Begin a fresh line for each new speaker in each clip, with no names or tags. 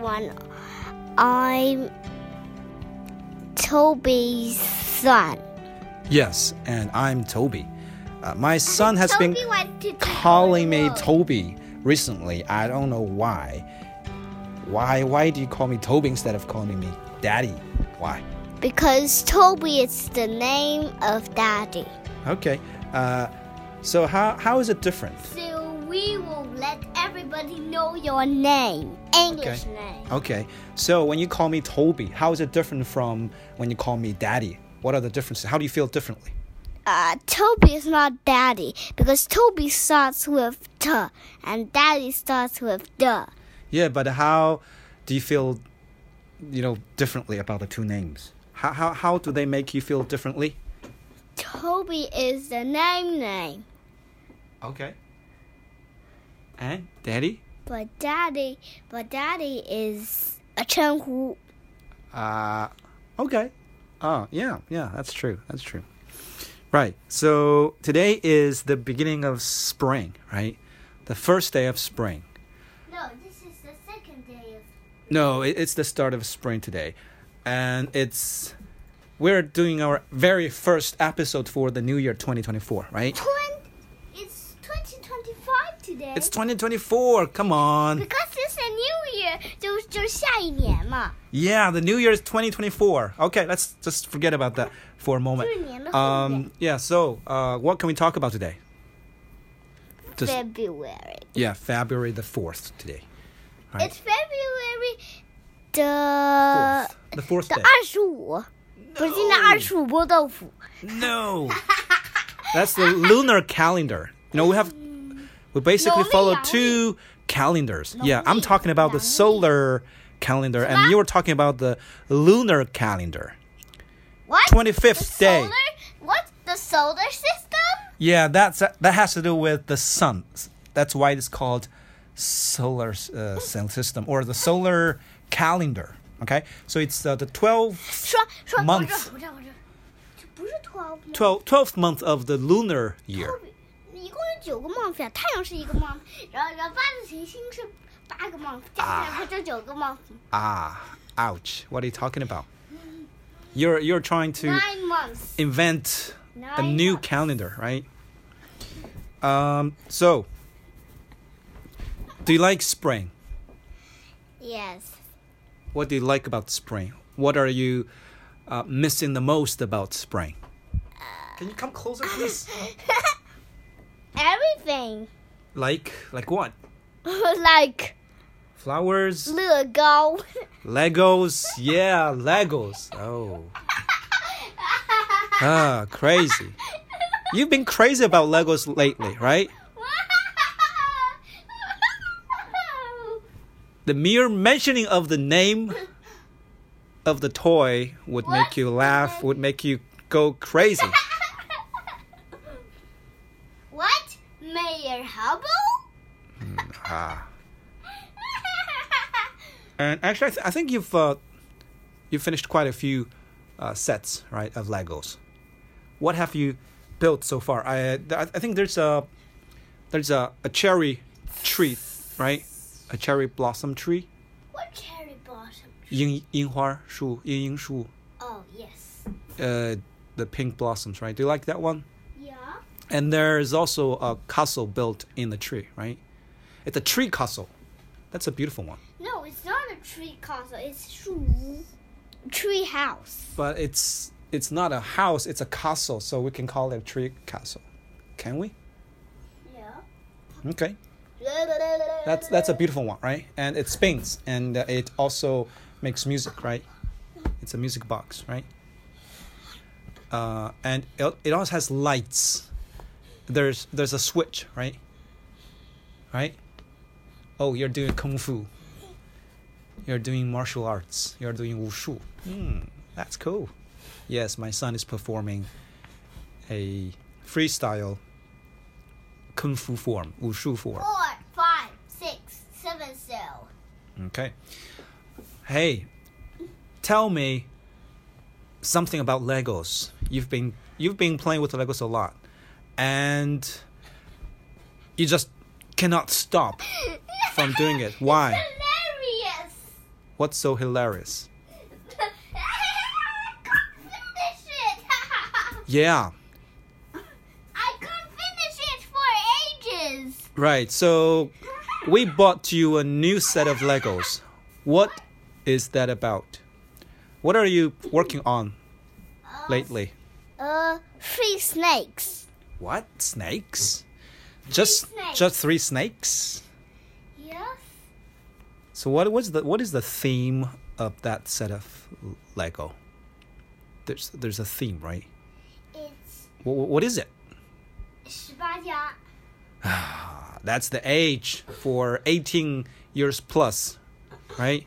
one. I'm Toby's son.
Yes, and I'm Toby. Uh, my son has been
Toby went to
calling me
Toby.
Toby recently. I don't know why. Why? Why do you call me Toby instead of calling me Daddy? Why?
because Toby is the name of Daddy.
Okay. Uh, so how how is it different?
So we will let everybody know your name, English name.
Okay. So when you call me Toby, how is it different from when you call me Daddy? What are the differences? How do you feel differently?
Uh, Toby is not Daddy because Toby starts with T and Daddy starts with D.
Yeah, but how do you feel, you know, differently about the two names? How how how do they make you feel differently?
Toby is the name name,
Okay. And Daddy?
but Daddy, but Daddy is a Chen Hu.
Uh, okay. Oh, yeah, yeah, that's true. That's true. Right. So today is the beginning of spring, right? The first day of spring.
No, this is the second day of
No, it, it's the start of spring today. And it's. We're doing our very first episode for the new year 2024, right?
Twen- it's 2025 today.
It's 2024. Come on.
because it's a new year, 就就是下一年嘛，
Yeah, the new year is 2024. Okay, let's just forget about that for a moment.
就是年的后面。
Um, yeah, so uh, what can we talk about today? Just-
February.
Yeah, February the 4th today. Right.
It's February the
Fourth. Uh, The fourth
的
day.
二十五，不是那二十五波豆腐。
No. That's the lunar calendar. You know, we have Mm. we basically follow
Lonely,
two calendars. Yeah, I'm
Lonely,
talking about the
lonely.
solar calendar and you were talking about the lunar calendar.
What?
25th
The
day.
Solar, what? The solar system?
Yeah, that's that has to do with the sun. That's why it's called solar uh, sun system or the solar calendar, okay? So it's uh, the 12th
说说，我这
Month
我这我这，这不是 twelve 吗？
12th 12th month of the lunar year.
一共有九个 month 呀，太阳是一个 month，然后然后八字行星是八个 month，加起来不就九个 month？
Ah, ouch. What are you talking about? You're you're trying to
Nine months.
invent a
Nine
new
months.
calendar, right? Um, so do you like spring?
Yes.
What do you like about spring? What are you uh, missing the most about spring? Can you come closer, please?
Everything.
like, like what?
like
Flowers,
乐高。
Legos, yeah, Legos. Oh, ah, crazy. You've been crazy about Legos lately, right? The mere mentioning of the name of the toy would make you laugh, would make you go crazy.
what? Mayor Hubble?
Ah. And actually, I, th- I think you've uh, you finished quite a few uh, sets, right, of Legos. What have you built so far? I th- I think there's a there's a, a cherry tree, right? A cherry blossom tree.
what cherry blossom?
樱-樱花树，樱樱树,
Oh, yes.
Uh, the pink blossoms, right? Do you like that one?
Yeah?
And there is also a castle built in the tree, right? It's a tree castle. That's a beautiful one.
No, it's not a tree castle. It's true tree house.
But it's it's not a house, it's a castle, so we can call it a tree castle. Can we?
Yeah.
Okay. That's that's a beautiful one, right? And it spins and uh, it also makes music, right? It's a music box, right? Uh, and it, it also has lights. There's there's a switch, right? Right? Oh, you're doing kung fu. You're doing martial arts. You're doing wushu. Hmm, that's cool. Yes, my son is performing a freestyle kung fu form, wushu form.
Four, five, six, seven, so.
Okay. Hey, tell me something about Legos. You've been you've been playing with Legos a lot, and you just cannot stop from doing it. Why?
Hilarious!
What's so hilarious?
I can't finish it.
Yeah,
I can't finish it for ages.
right. So we bought you a new set of Legos. What is that about? What are you working on lately?
Uh, three snakes.
What? Snakes? Just
snakes.
just three snakes?
Yes.
So what was the what is the theme of that set of Lego? There's there's a theme, right?
It's
What, what is it?
十八家.
Ah, That's the age for 18 years plus, right?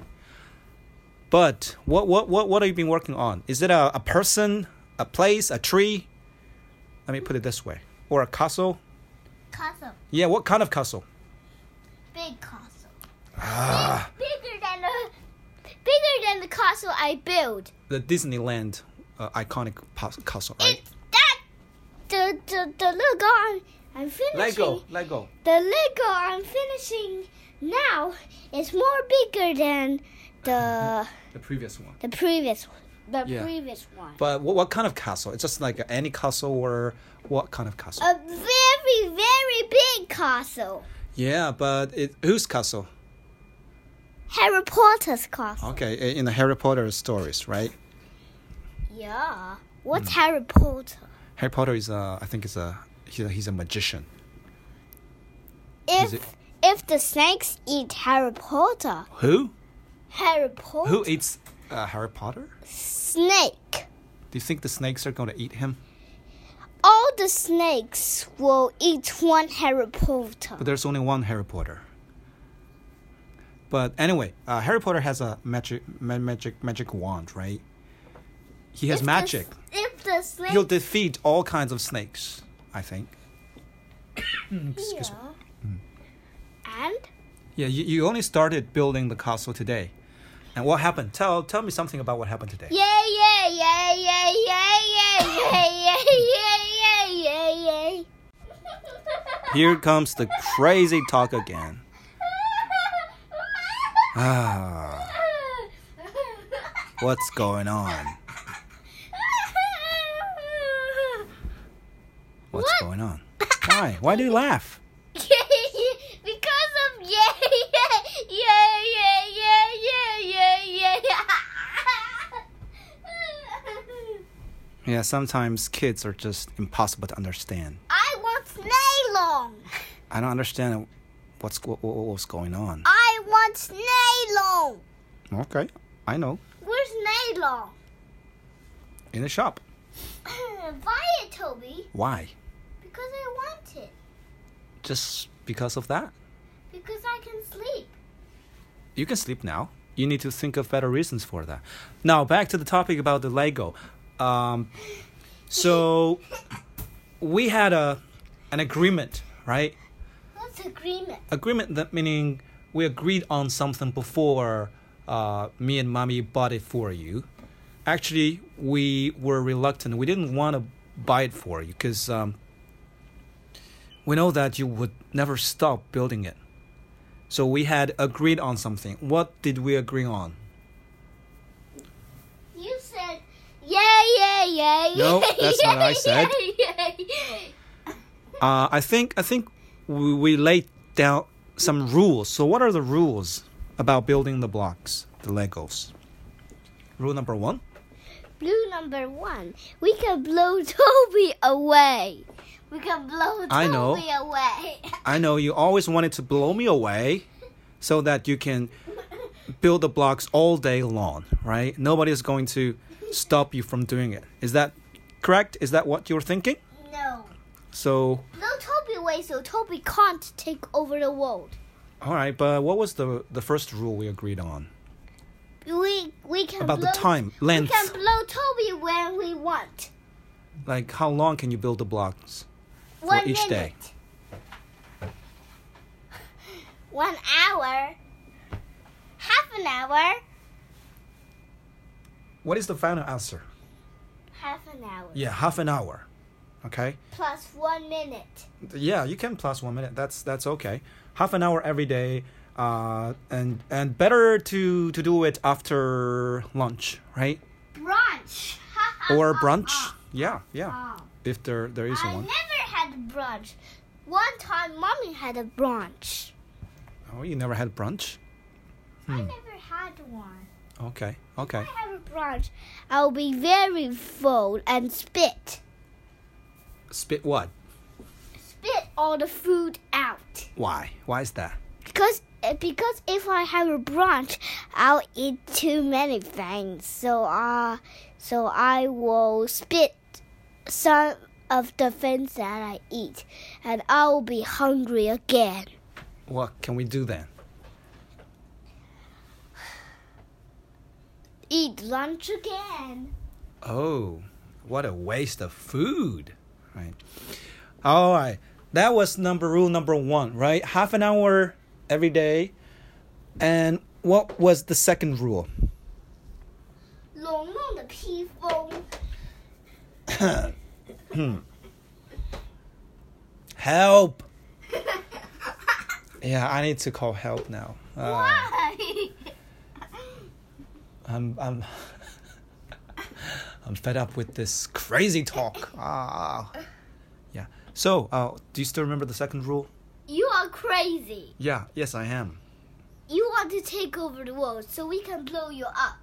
But what what what what have you been working on? Is it a, a person, a place, a tree? Let me put it this way. Or a castle?
Castle.
Yeah, what kind of castle?
Big castle.
Ah,
Bigger than the bigger than the castle I built.
the Disneyland uh, iconic pas- castle, right?
It's that the the the Lego I'm, I'm finishing.
Lego, Lego.
The Lego I'm finishing now is more bigger than the
The previous one.
the previous one. The
Yeah.
previous one.
But what, what kind of castle? It's just like any castle or what kind of castle?
A very very big castle.
yeah, but it, whose castle?
Harry Potter's castle.
Okay, i- in the Harry Potter stories, right?
Yeah. What's
Hmm.
Harry Potter?
Harry Potter is a, I think is a, he's a, he's a magician. Is
If
it-
if the snakes eat Harry Potter,
Who?
Harry Potter
Who eats uh, Harry Potter?
snake.
Do you think the snakes are going to eat him?
All the snakes will eat one Harry Potter.
But there's only one Harry Potter. But anyway, uh, Harry Potter has a magic, ma- magic, magic wand, right? He has
If the
magic.
s- if the snake
He'll defeat all kinds of snakes, I think.
Excuse me. And
Yeah, you, you only started building the castle today. And what happened? Tell tell me something about what happened today.
yeah, yeah, yeah, yeah, yeah, yeah, yeah, yeah, yeah, yeah, yeah, yeah.
Here comes the crazy talk again. Ah, what's going on? What's going on? Why? Why do you laugh?
because of yeah, yeah, yeah, yeah, yeah, yeah, yeah, yeah.
Yeah, sometimes kids are just impossible to understand.
I want Snailong.
I don't understand what's what, what- what's going on.
I want Snailong.
Okay, I know.
Where's Snailong?
In the shop.
Buy it, Toby,
Why?
because I want it.
Just because of that?
Because I can sleep.
you can sleep now. You need to think of better reasons for that. Now back to the topic about the Lego. Um, so we had a an agreement, right?
What's agreement?
Agreement that meaning we agreed on something before uh, me and mommy bought it for you. Actually, we were reluctant. We didn't want to buy it for you because um, we know that you would never stop building it. So we had agreed on something. What did we agree on?
You said, yeah, yeah, yeah.
No,
yeah,
that's not what I said.
yeah, yeah.
Uh, I think I think we, we laid down some rules. So what are the rules about building the blocks, the Legos? Rule number one.
Blue number one. We can blow Toby away.
We can blow
I know.
Toby away.
I know you always wanted to blow me away, so that you can build the blocks all day long, right? Nobody is going to stop you from doing it. Is that correct? Is that what you were thinking?
No.
So
Blow Toby away so Toby can't take over the world.
all right, but what was the the first rule we agreed on
We we can
about the
blow-
time
We can
length?
blow Toby when we want.
Like how long can you build the blocks?
One
each day.
minute. One hour. Half an hour.
What is the final answer?
Half an hour.
Yeah, half an hour. Okay.
Plus one minute.
Yeah, you can plus one minute. That's that's okay. Half an hour every day, uh, and and better to to do it after lunch, right?
Brunch.
Or brunch.
Ah,
Yeah, yeah.
Oh.
If there there is
I
one.
never had brunch. One time, mommy had a brunch.
Oh, you never had brunch?
I
Hmm.
never had one.
Okay, okay.
I have a brunch.
I'll be very full and spit.
Spit what?
Spit all the food out.
Why? Why is that?
Because eh, because if I have a brunch, I'll eat too many things. So uh, so I will spit some of the things that I eat, and I'll be hungry again.
What can we do then?
Eat
Lunch again.
Oh, what a waste of food. Right. All right. That was number rule number 1, right? Half an hour every day. And what was the second rule?
龙龙的披风。
Help. yeah, I need to call help now. Uh, I'm I'm I'm fed up with this crazy talk. Ah. Yeah. So, uh, do you still remember the second rule?
you are crazy.
Yeah, yes I am.
You want to take over the world so we can blow you up.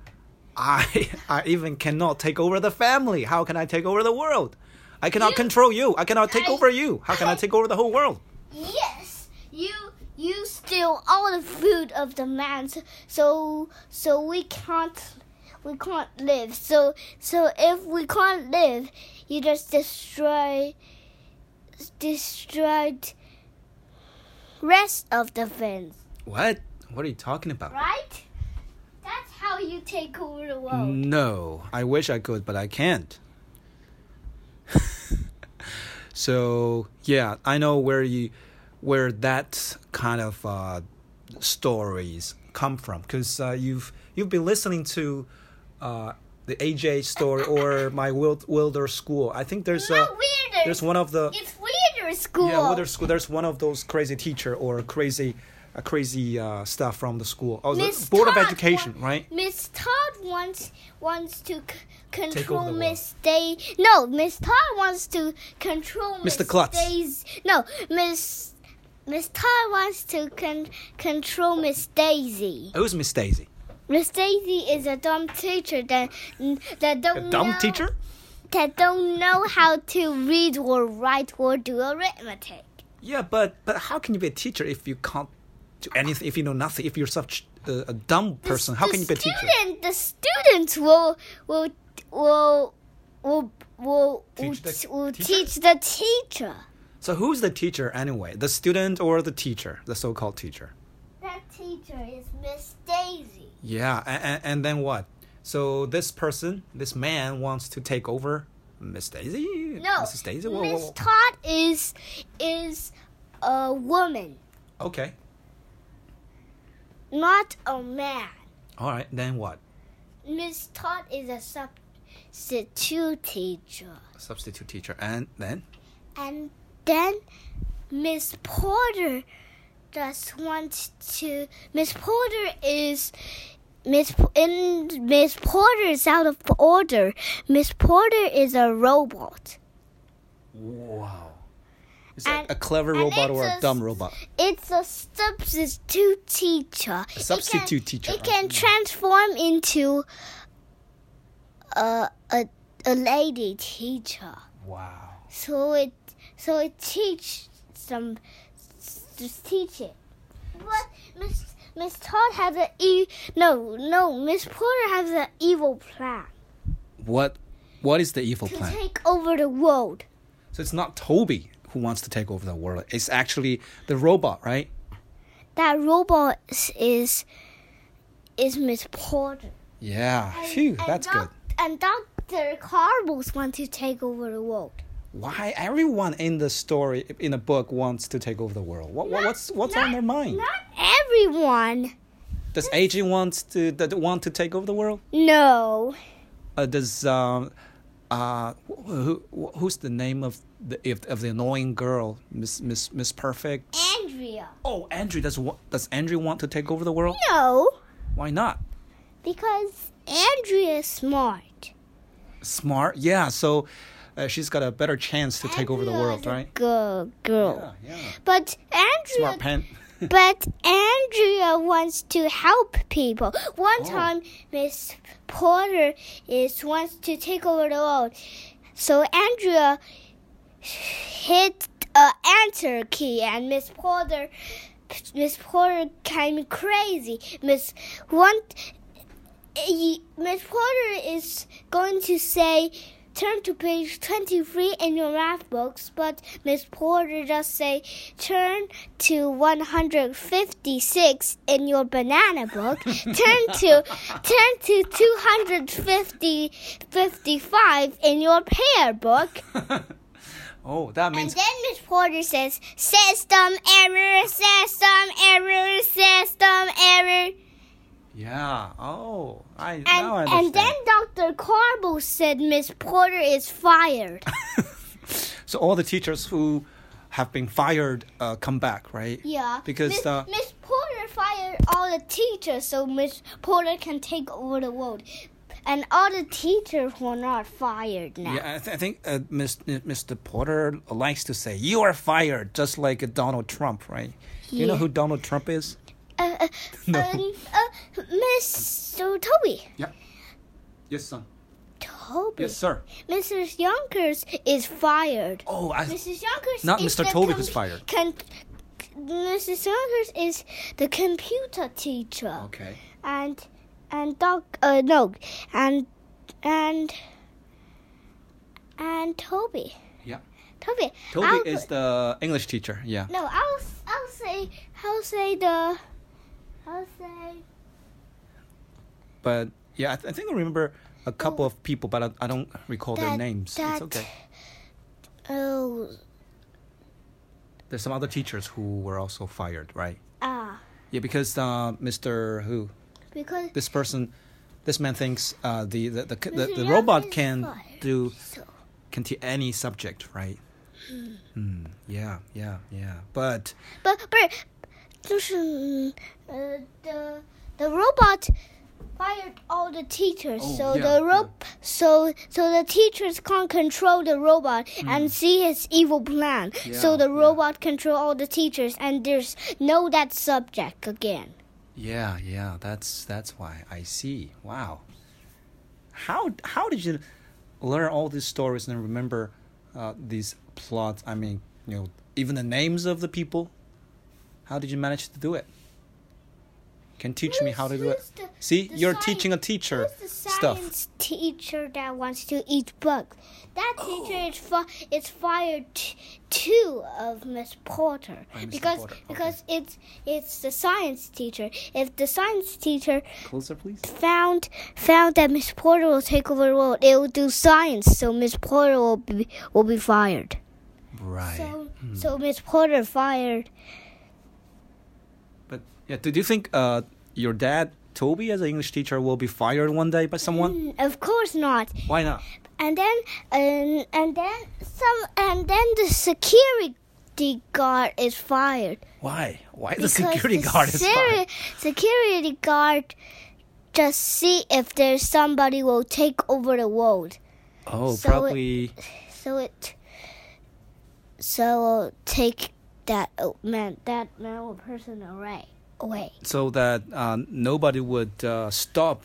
I I even cannot take over the family. How can I take over the world? I cannot
You-
control you. I cannot take
I-
over you. How can I take over the whole world?
Yes.
you you steal all the food of the man so- so so we can't we can't live so so if we can't live you just destroy destroyed rest of the things
What? What are you talking about?
Right? That's how you take over the world.
Hmm. No, I wish I could, but I can't. so yeah, I know where you, where that kind of uh, stories come from, because uh, you've you've been listening to uh, the AJ story or my Wild, Wilder School. I think there's a
Not weirder.
there's one of the
it's weirder school.
yeah Wilder School. There's one of those crazy teacher or crazy. Uh, crazy uh, stuff from the school. Oh, the
Miss
Board of
Todd
Education,
wa-
right?
Miss Todd wants wants to c- control
world.
Miss Day. No, Miss Todd wants to control
Mr.
Miss
Klutz.
Day's. No, Miss Miss Todd wants to con- control Miss Daisy.
Who's Miss Daisy?
Miss Daisy is a dumb teacher that that don't
A dumb
know,
teacher?
that don't know how to read or write or do arithmetic.
Yeah, but but how can you be a teacher if you can't do anything? If you know nothing? If you're such a, a dumb person, how
the
can you be a teacher?
student- The students will will will will will
Teach the
will, will
teacher?
teach the teacher.
So who's the teacher anyway? The student or the teacher? The so-called teacher?
That teacher is Miss Daisy.
Yeah, and, and then what? So this person, this man, wants to take over Miss Daisy.
No,
Mrs. Daisy. Whoa, whoa,
Miss
whoa.
Todd is is a woman,
Okay,
not a man.
all right. Then what?
Miss Todd is a substitute teacher,
Substitute teacher, and then
and then Miss Porter just wants to. Miss Porter is. Miss P- in Miss Porter is out of order. Miss Porter is a robot.
wow. Is
And-
that a clever
and
robot or
it's
a
a
dumb
s-
robot?
It's a substitute teacher. It can-
substitute teacher,
It
right?
can transform into a, a a lady teacher.
Wow.
So it so it teach some just teach it. But Miss Miss Todd has a e no no Miss Porter has an evil plan
What? What is the evil
to
plan?
take over the world.
So it's not Toby who wants to take over the world. It's actually the robot, right?
That robot is is Miss Porter.
Yeah. Phew, that's good.
And Dr. Carbles wants to take over the world.
Why everyone in the story in the book wants to take over the world? What, what what's what's on their mind?
Not everyone.
Does AG want to that want to take over the world?
No.
Uh, does um uh who, who- who's the name of the if, of the annoying girl Miss Miss Miss Perfect?
Andrea.
Andrea.
Oh, Andrew, does wa- does Andrew want to take over the world?
No,
Why not?
because Andrea is smart.
Smart, yeah. So uh, she's got a better chance to take over the
Andrea
world,
is a
right?
Good girl.
Yeah, yeah.
But Andrea
Smart pen.
But Andrea wants to help people. One
Oh.
time, Miss Porter is wants to take over the world, so Andrea hit a enter key, and Miss Porter, Miss Porter came crazy. Miss one, y- Miss Porter is going to say. Turn to page 23 in your math books, but Miss Porter just say, turn to 156 in your banana book. turn to turn to 250 55 in your pear book.
oh, that
And
means
then Miss Porter says, "System error, system error, system error."
yeah. Oh, I
And
now I understand.
and then Dr. Carbo said Miss Porter is fired.
so all the teachers who have been fired uh, come back, right?
Yeah.
Because,
Miss,
uh,
Miss Porter fired all the teachers so Miss Porter can take over the world. And all the teachers were not fired now.
Yeah, I, th- I think uh, Miss- Mr. Porter likes to say, "You are fired," just like uh, Donald Trump, right? You know
Yeah.
who Donald Trump is?
Uh, uh,
No.
um, uh, Mr. Toby.
Yeah. Yes, son.
Toby.
Yes, sir.
Mrs. Yonkers is fired.
Oh, I,
Mrs. Yonkers
Not
is
Mr.
the
Toby who's fired.
Con- Mrs. Yonkers is the computer teacher.
okay.
and and Doc uh no and and and Toby.
Yeah.
Toby.
Toby
I'll,
is the English teacher. Yeah.
no. I'll I'll say I'll say the I'll say
But yeah, I, th- I think I remember a couple
Oh.
of people, but I, I don't recall their
That-
names.
that-
It's okay.
oh
There's some other teachers who were also fired, right?
ah
Yeah, because uh, Mr. Who
because
this person, this man thinks uh, the the the, c- the,
Mr.
the
Yang
robot
is
can
fired.
do
so
can teach any subject, right? Hmm. yeah, yeah, yeah. But
but but 就是 uh, the the robot fired all the teachers
Oh,
so
yeah,
the rope so so the teachers can't control the robot and see his evil plan
Hmm. Yeah,
so the
yeah.
robot control all the teachers and there's no that subject again
yeah, yeah. That's that's why I see. Wow. How how did you learn all these stories and remember uh, these plots? I mean, you know, even the names of the people. How did you manage to do it? Can teach me how to do it.
Who's the-
See,
the
you're
sci-
teaching a teacher
who's the
stuff.
science teacher that wants to eat bugs that teacher is, fi- is fired t- two of miss porter
Oh, Mr.
because
Porter, okay.
because it's it's the science teacher if the science teacher
Closer, please.
found found that Miss Porter will take over the world. It will do science, so Miss Porter will be will be fired.
Right.
So
Hmm.
so Miss Porter fired.
But yeah, did you think uh, your dad, Toby, as an English teacher, will be fired one day by someone?
Mm, Of course not.
Why not?
And then and and then some and then the security guard is fired.
Why? Why the
Because
security
the
guard is
seri-
fired?
Security guard just see if there's somebody will take over the world.
Oh,
So it-
probably.
So it. So we'll take that oh, man, that man or person away. Away.
So that uh, nobody would uh, stop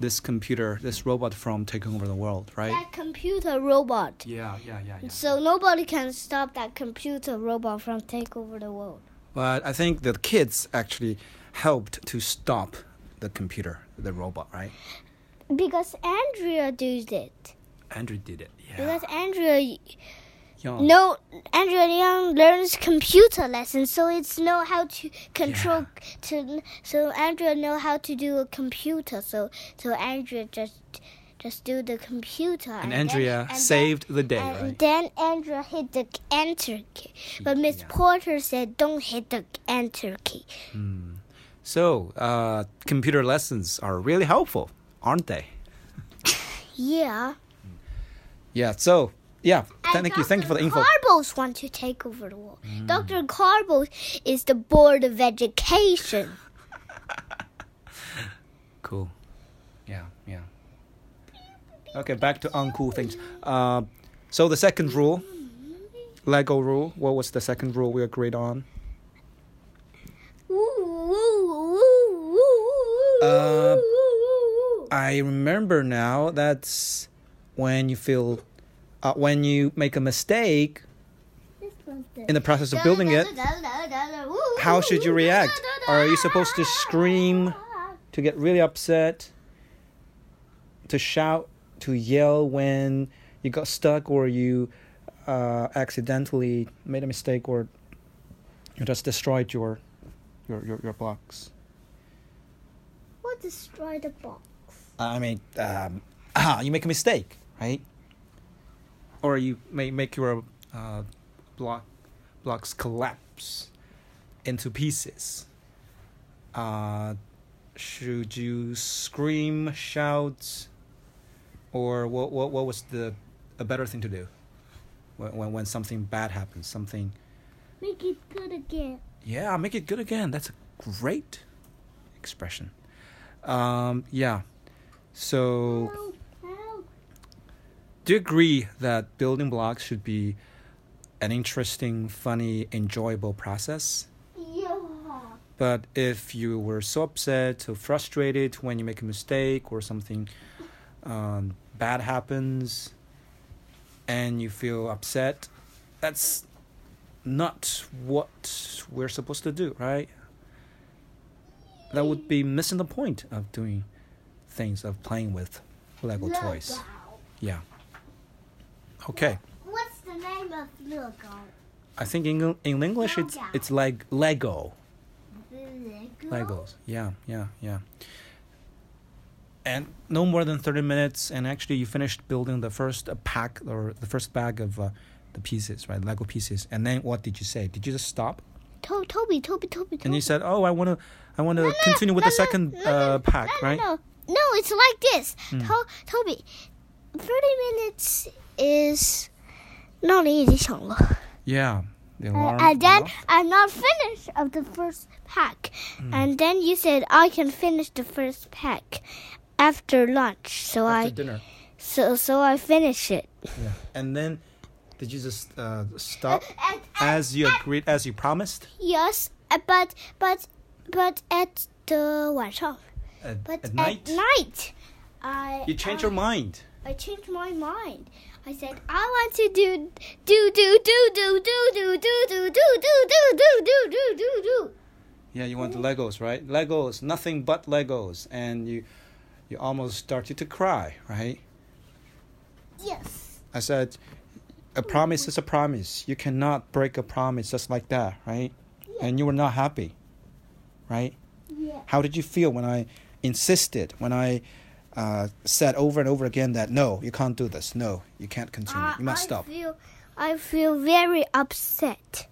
this computer, this robot, from taking over the world, right?
That computer robot.
yeah, yeah, yeah, yeah.
So nobody can stop that computer robot from take over the world.
But I think the kids actually helped to stop the computer, the robot, right?
Because Andrea does it.
Andrew did it. Yeah.
Because Andrea
Yeah.
no Andrea Young learns computer lessons, so it's know how to control to so Andrea know how to do a computer. So so Andrea just just do the computer.
And
then-
Andrea
and then-
saved the day,
and
right?
then Andrea hit the enter key, but Miss
Yeah.
Porter said, "Don't hit the enter key."
So, uh, computer lessons are really helpful, aren't they?
Yeah.
Yeah, so yeah,
And
thank you. Thank you for the
Dr.
info. Mm.
Carbos want to take over the world. Dr. Carbos is the board of education.
Cool. Yeah, yeah. Okay, back to uncool things. Uh, so the second rule, Lego rule. What was the second rule we agreed on?
Woo, woo, woo, woo, woo,
Uh,
woo, woo, woo.
I remember now. That's when you feel, uh, when you make a mistake in the process of building it. How should you react? Are you supposed to scream, to get really upset, to shout, to yell when you got stuck or you uh, accidentally made a mistake or you just destroyed your your your, your blocks?
What destroyed the box?
I mean, um, ah, you make a mistake, right? Or you may make your uh, block blocks collapse into pieces. Uh, should you scream, shout, or what? What, what was the a better thing to do when, when when something bad happens? Something,
Make it good again.
yeah, make it good again. That's a great expression. Um, yeah, so.
Help, help.
do you agree that building blocks should be an interesting, funny, enjoyable process?
Yeah.
But if you were so upset, so frustrated when you make a mistake or something um, bad happens and you feel upset, that's not what we're supposed to do, right? That would be missing the point of doing things, of playing with Lego toys.
Lego.
Yeah. Okay.
What's the name of Lego?
I think in, in English it's
Lego.
it's like Lego.
Lego.
Legos. Yeah, yeah, yeah. And no more than 30 minutes and actually you finished building the first uh, pack or the first bag of uh, the pieces, right? Lego pieces. And then what did you say? Did you just stop?
To- Toby, Toby, Toby, Toby.
And you said, "Oh, I want to I want to continue with
no,
the
no,
second
no,
uh,
no,
pack,
no,
right?" Hmm.
No, no, no, it's like this. To- Toby, 30 minutes is not
Yeah. The alarm
Uh, And then
went off.
I'm not finished of the first pack.
Hmm.
And then you said I can finish the first pack after lunch. So
after
I
dinner.
so so I finish it.
Yeah. And then did you just uh, stop as you agreed as you promised?
Yes, uh, but but but at the 晚上,
At,
but
at night?
night, I
You changed
I-
your mind.
I changed my mind. I said I want to do do do do do do do do do do do do do do do do do.
Yeah, you want the Legos, right? Legos, nothing but Legos, and you, you almost started to cry, right?
Yes.
I said, a promise is a promise. You cannot break a promise just like that, right? And you were not happy, right?
Yeah.
How did you feel when I insisted, when I uh, said over and over again that no, you can't do this, no, you can't continue, you must
Uh, I
stop.
Feel, I feel very upset.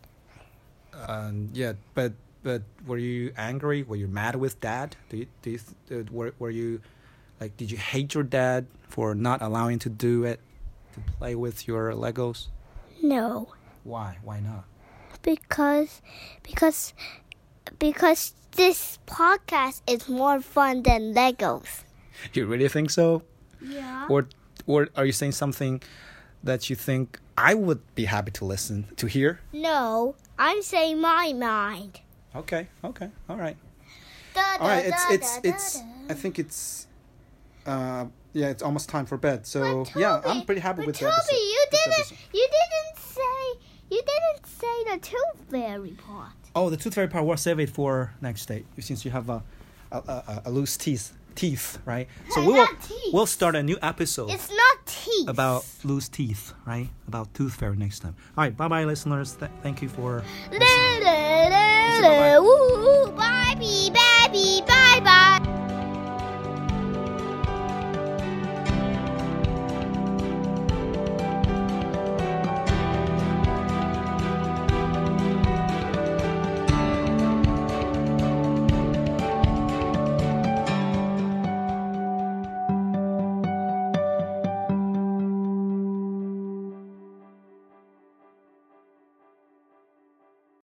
Um, yeah, but but were you angry? Were you mad with dad? Do you do you th- uh, were were you like did you hate your dad for not allowing to do it to play with your Legos?
No,
Why? Why not?
because because because this podcast is more fun than Legos.
You really think so?
Yeah.
Or or are you saying something that you think I would be happy to listen to hear?
No, I'm saying my mind.
Okay, okay, all right,
Da,
all
da,
right. It's
da,
it's
da, da,
it's.
da.
I think it's. Uh, yeah, it's almost time for bed. So
But
yeah,
Toby-
I'm pretty happy
but
with
Toby,
that.
you didn't you didn't say you didn't say the tooth fairy part.
Oh, the tooth fairy part. We'll save it for next day, since you have a, a, a, a loose teeth, teeth, right? So we will
Not teeth.
we'll start a new episode
It's not teeth.
about loose teeth, right? About tooth fairy next time. All right, bye bye, listeners. Th- thank you for.
Da, da, da, da, woo, woo, bye.